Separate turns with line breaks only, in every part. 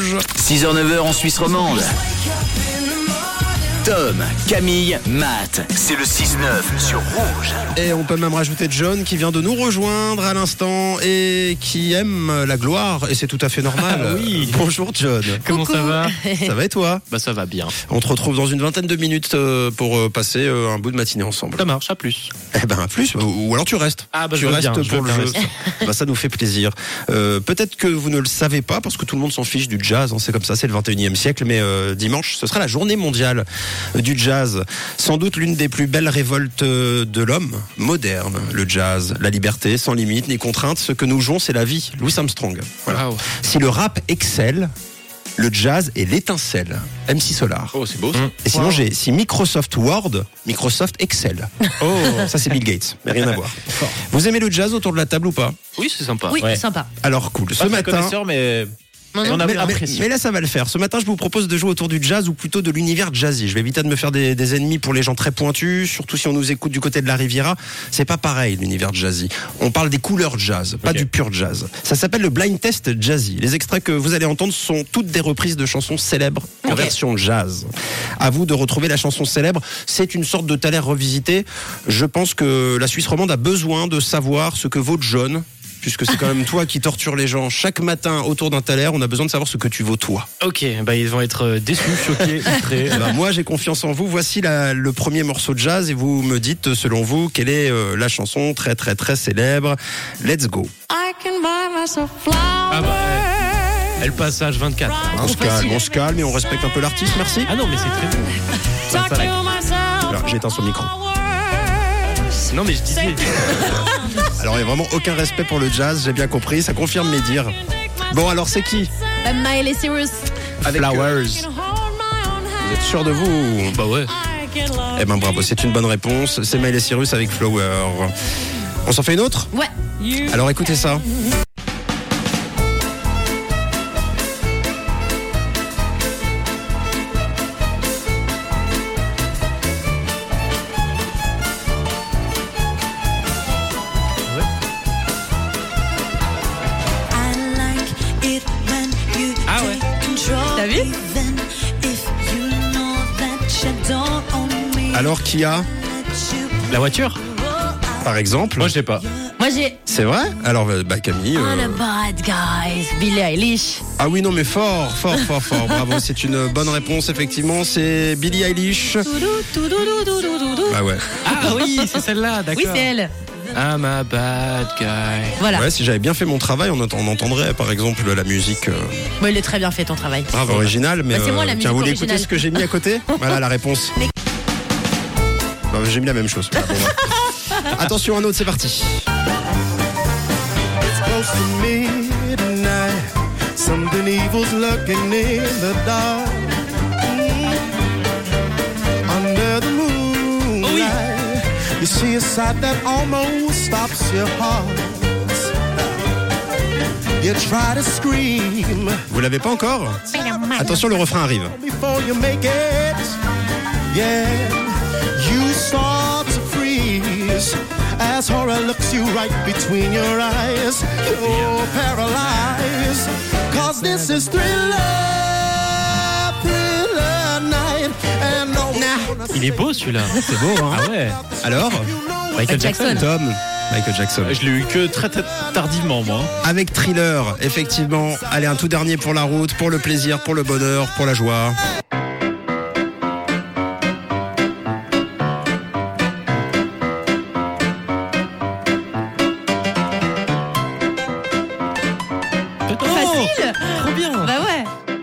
Rouge.
6h-9h en Suisse romande. Tom, Camille, Matt, c'est le 6-9 sur Rouge.
Et on peut même rajouter John qui vient de nous rejoindre à l'instant et qui aime la gloire. Et c'est tout à fait normal.
oui.
Bonjour John.
Comment ça va
Ça va et toi
Bah ça va bien.
On te retrouve dans une vingtaine de minutes euh, pour euh, passer euh, un bout de matinée ensemble.
Ça marche, à plus.
Eh ben, à plus. Ou ou alors tu restes.
Ah, bah, je
tu
veux
restes
bien, je
pour
veux
le
bien
jeu. Bah, ça nous fait plaisir. Euh, Peut-être que vous ne le savez pas parce que tout le monde s'en fiche du jazz. hein, c'est comme ça, c'est le 21e siècle. Mais euh, dimanche, ce sera la journée mondiale du jazz. Sans doute l'une des plus belles révoltes euh, de l'homme moderne. Le jazz, la liberté, sans limite ni contrainte. Ce que nous jouons, c'est la vie. Louis Armstrong. Voilà.
Wow.
Si le rap excelle, le jazz est l'étincelle. MC Solar.
Oh, c'est beau.
Et sinon, j'ai si Microsoft Word, Microsoft Excel. Oh, ça c'est Bill Gates, mais rien à voir. Vous aimez le jazz autour de la table ou pas
Oui, c'est sympa.
Oui,
Ouais.
sympa.
Alors cool. Ce
Pas très
matin.
connaisseur, mais on a
ah,
Mais, mais-
apprécié.
mais là, ça va le faire. Ce matin, je vous propose de jouer autour du jazz ou plutôt de l'univers jazzy. Je vais éviter de me faire des, des ennemis pour les gens très pointus, surtout si on nous écoute du côté de la Riviera. C'est pas pareil, l'univers jazzy. On parle des couleurs jazz, pas
Ok.
du pur jazz. Ça s'appelle le blind test jazzy. Les extraits que vous allez entendre sont toutes des reprises de chansons célèbres en version jazz. À vous de retrouver la chanson célèbre. C'est une sorte de Thaler revisité. Je pense que la Suisse romande a besoin de savoir ce que vaut John puisque c'est quand même toi qui torture les gens chaque matin autour d'un taler, on a besoin de savoir ce que tu vaux toi.
Ok, bah ils vont être euh, déçus, choqués, outrés.
Eh ben, moi j'ai confiance en vous, voici la- le premier morceau de jazz et vous me dites selon vous quelle est euh, la chanson très très très célèbre. Let's go.
I can buy myself flowers.
Ah bah, ouais. Elle passage 24.
On se calme, on se calme et on respecte un peu l'artiste, merci.
Ah non, mais c'est très bon.
Talk
Voilà.
to myself
Alors j'éteins son micro.
hours.
Non, mais je disais.
Alors il n'y a vraiment aucun respect pour le jazz, j'ai bien compris, ça confirme mes dires. Bon alors c'est qui
Euh, Miley Cyrus.
Avec, euh,
I can hold my own
Vous êtes
hand.
sûr de vous
Bah ouais.
I can love
Eh ben bravo, c'est une bonne réponse. C'est Miley Cyrus avec Flower. On s'en fait une autre
Ouais.
you.
Alors écoutez ça.
Ah ouais.
T'as vu
Alors qui a,
La voiture
par exemple,
je sais pas.
Moi j'ai.
c'est vrai Alors euh, bah Camille. euh,
All about guys. Billie Eilish.
Ah oui non mais fort, fort, fort, fort. Bravo, c'est une bonne réponse effectivement. C'est Billie Eilish.
Toudou, toudou, toudou, toudou, toudou.
Bah ouais.
Ah oui, c'est celle-là, d'accord.
Oui, c'est elle.
I'm a bad guy.
Voilà.
bah Ouais, si j'avais bien fait mon travail, on, ent- on entendrait par exemple la musique euh,
Bon, il est très bien fait ton travail.
brave originale. Mais euh,
Bah, c'est moi, la
tiens, vous voulez
musique
écouter
originale.
ce que j'ai mis à côté Voilà la réponse. Bah, j'ai mis la même chose. Ah, bon, bah. Attention, un autre, c'est parti.
close to midnight. Something evil's lurking in the dark. Mm. Under the moonlight, you see a sight that almost stops your heart. You try to scream
Vous l'avez pas encore Attention, le refrain arrive.
before you make it. Yeah, you start to freeze as horror looks you right between your eyes. You're paralyzed, cause this is thriller. thriller night. And oh, no one's gonna
Il est beau celui-là.
C'est beau, hein
Ah ouais.
Alors
You know it's
Michael
Jackson.
Jackson.
Tom, Michael Jackson.
Je l'ai eu que très, très tardivement, moi.
Avec Thriller, effectivement. Allez, un tout dernier pour la route, pour le plaisir, pour le bonheur, pour la joie.
Facile
Oh, Trop bien.
Bah ouais.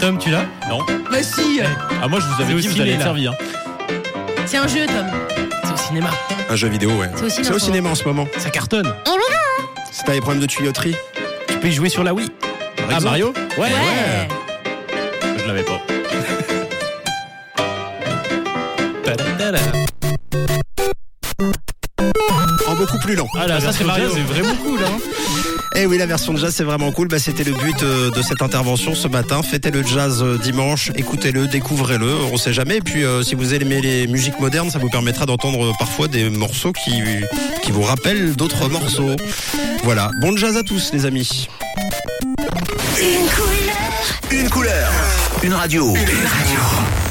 Tom, tu l'as
Non.
Bah si
Ah, moi, je vous avais dit,
C'est au
vous allez
ciné,
être
là.
servi. hein.
C'est un jeu, Tom.
C'est au cinéma.
Un jeu vidéo, ouais.
C'est au cinéma,
C'est au
en ce
cinéma en ce moment.
Ça cartonne.
Si t'as des problèmes de tuyauterie.
Tu peux y jouer sur la Wii.
Ah, Mario
Ouais.
Ouais.
Je l'avais pas.
Ta-da-da-da.
En beaucoup plus lent.
Ah là, ça c'est Mario. C'est vraiment cool. Hein.
Eh oui, la version de jazz, c'est vraiment cool. Bah, c'était le but euh, de cette intervention ce matin. Fêtez le jazz euh, dimanche, écoutez-le, découvrez-le. On sait jamais. Et puis, euh, si vous aimez les musiques modernes, ça vous permettra d'entendre euh, parfois des morceaux qui, qui vous rappellent d'autres morceaux. Voilà. Bon jazz à tous, les amis.
Une couleur.
Une couleur. Une radio. Une radio.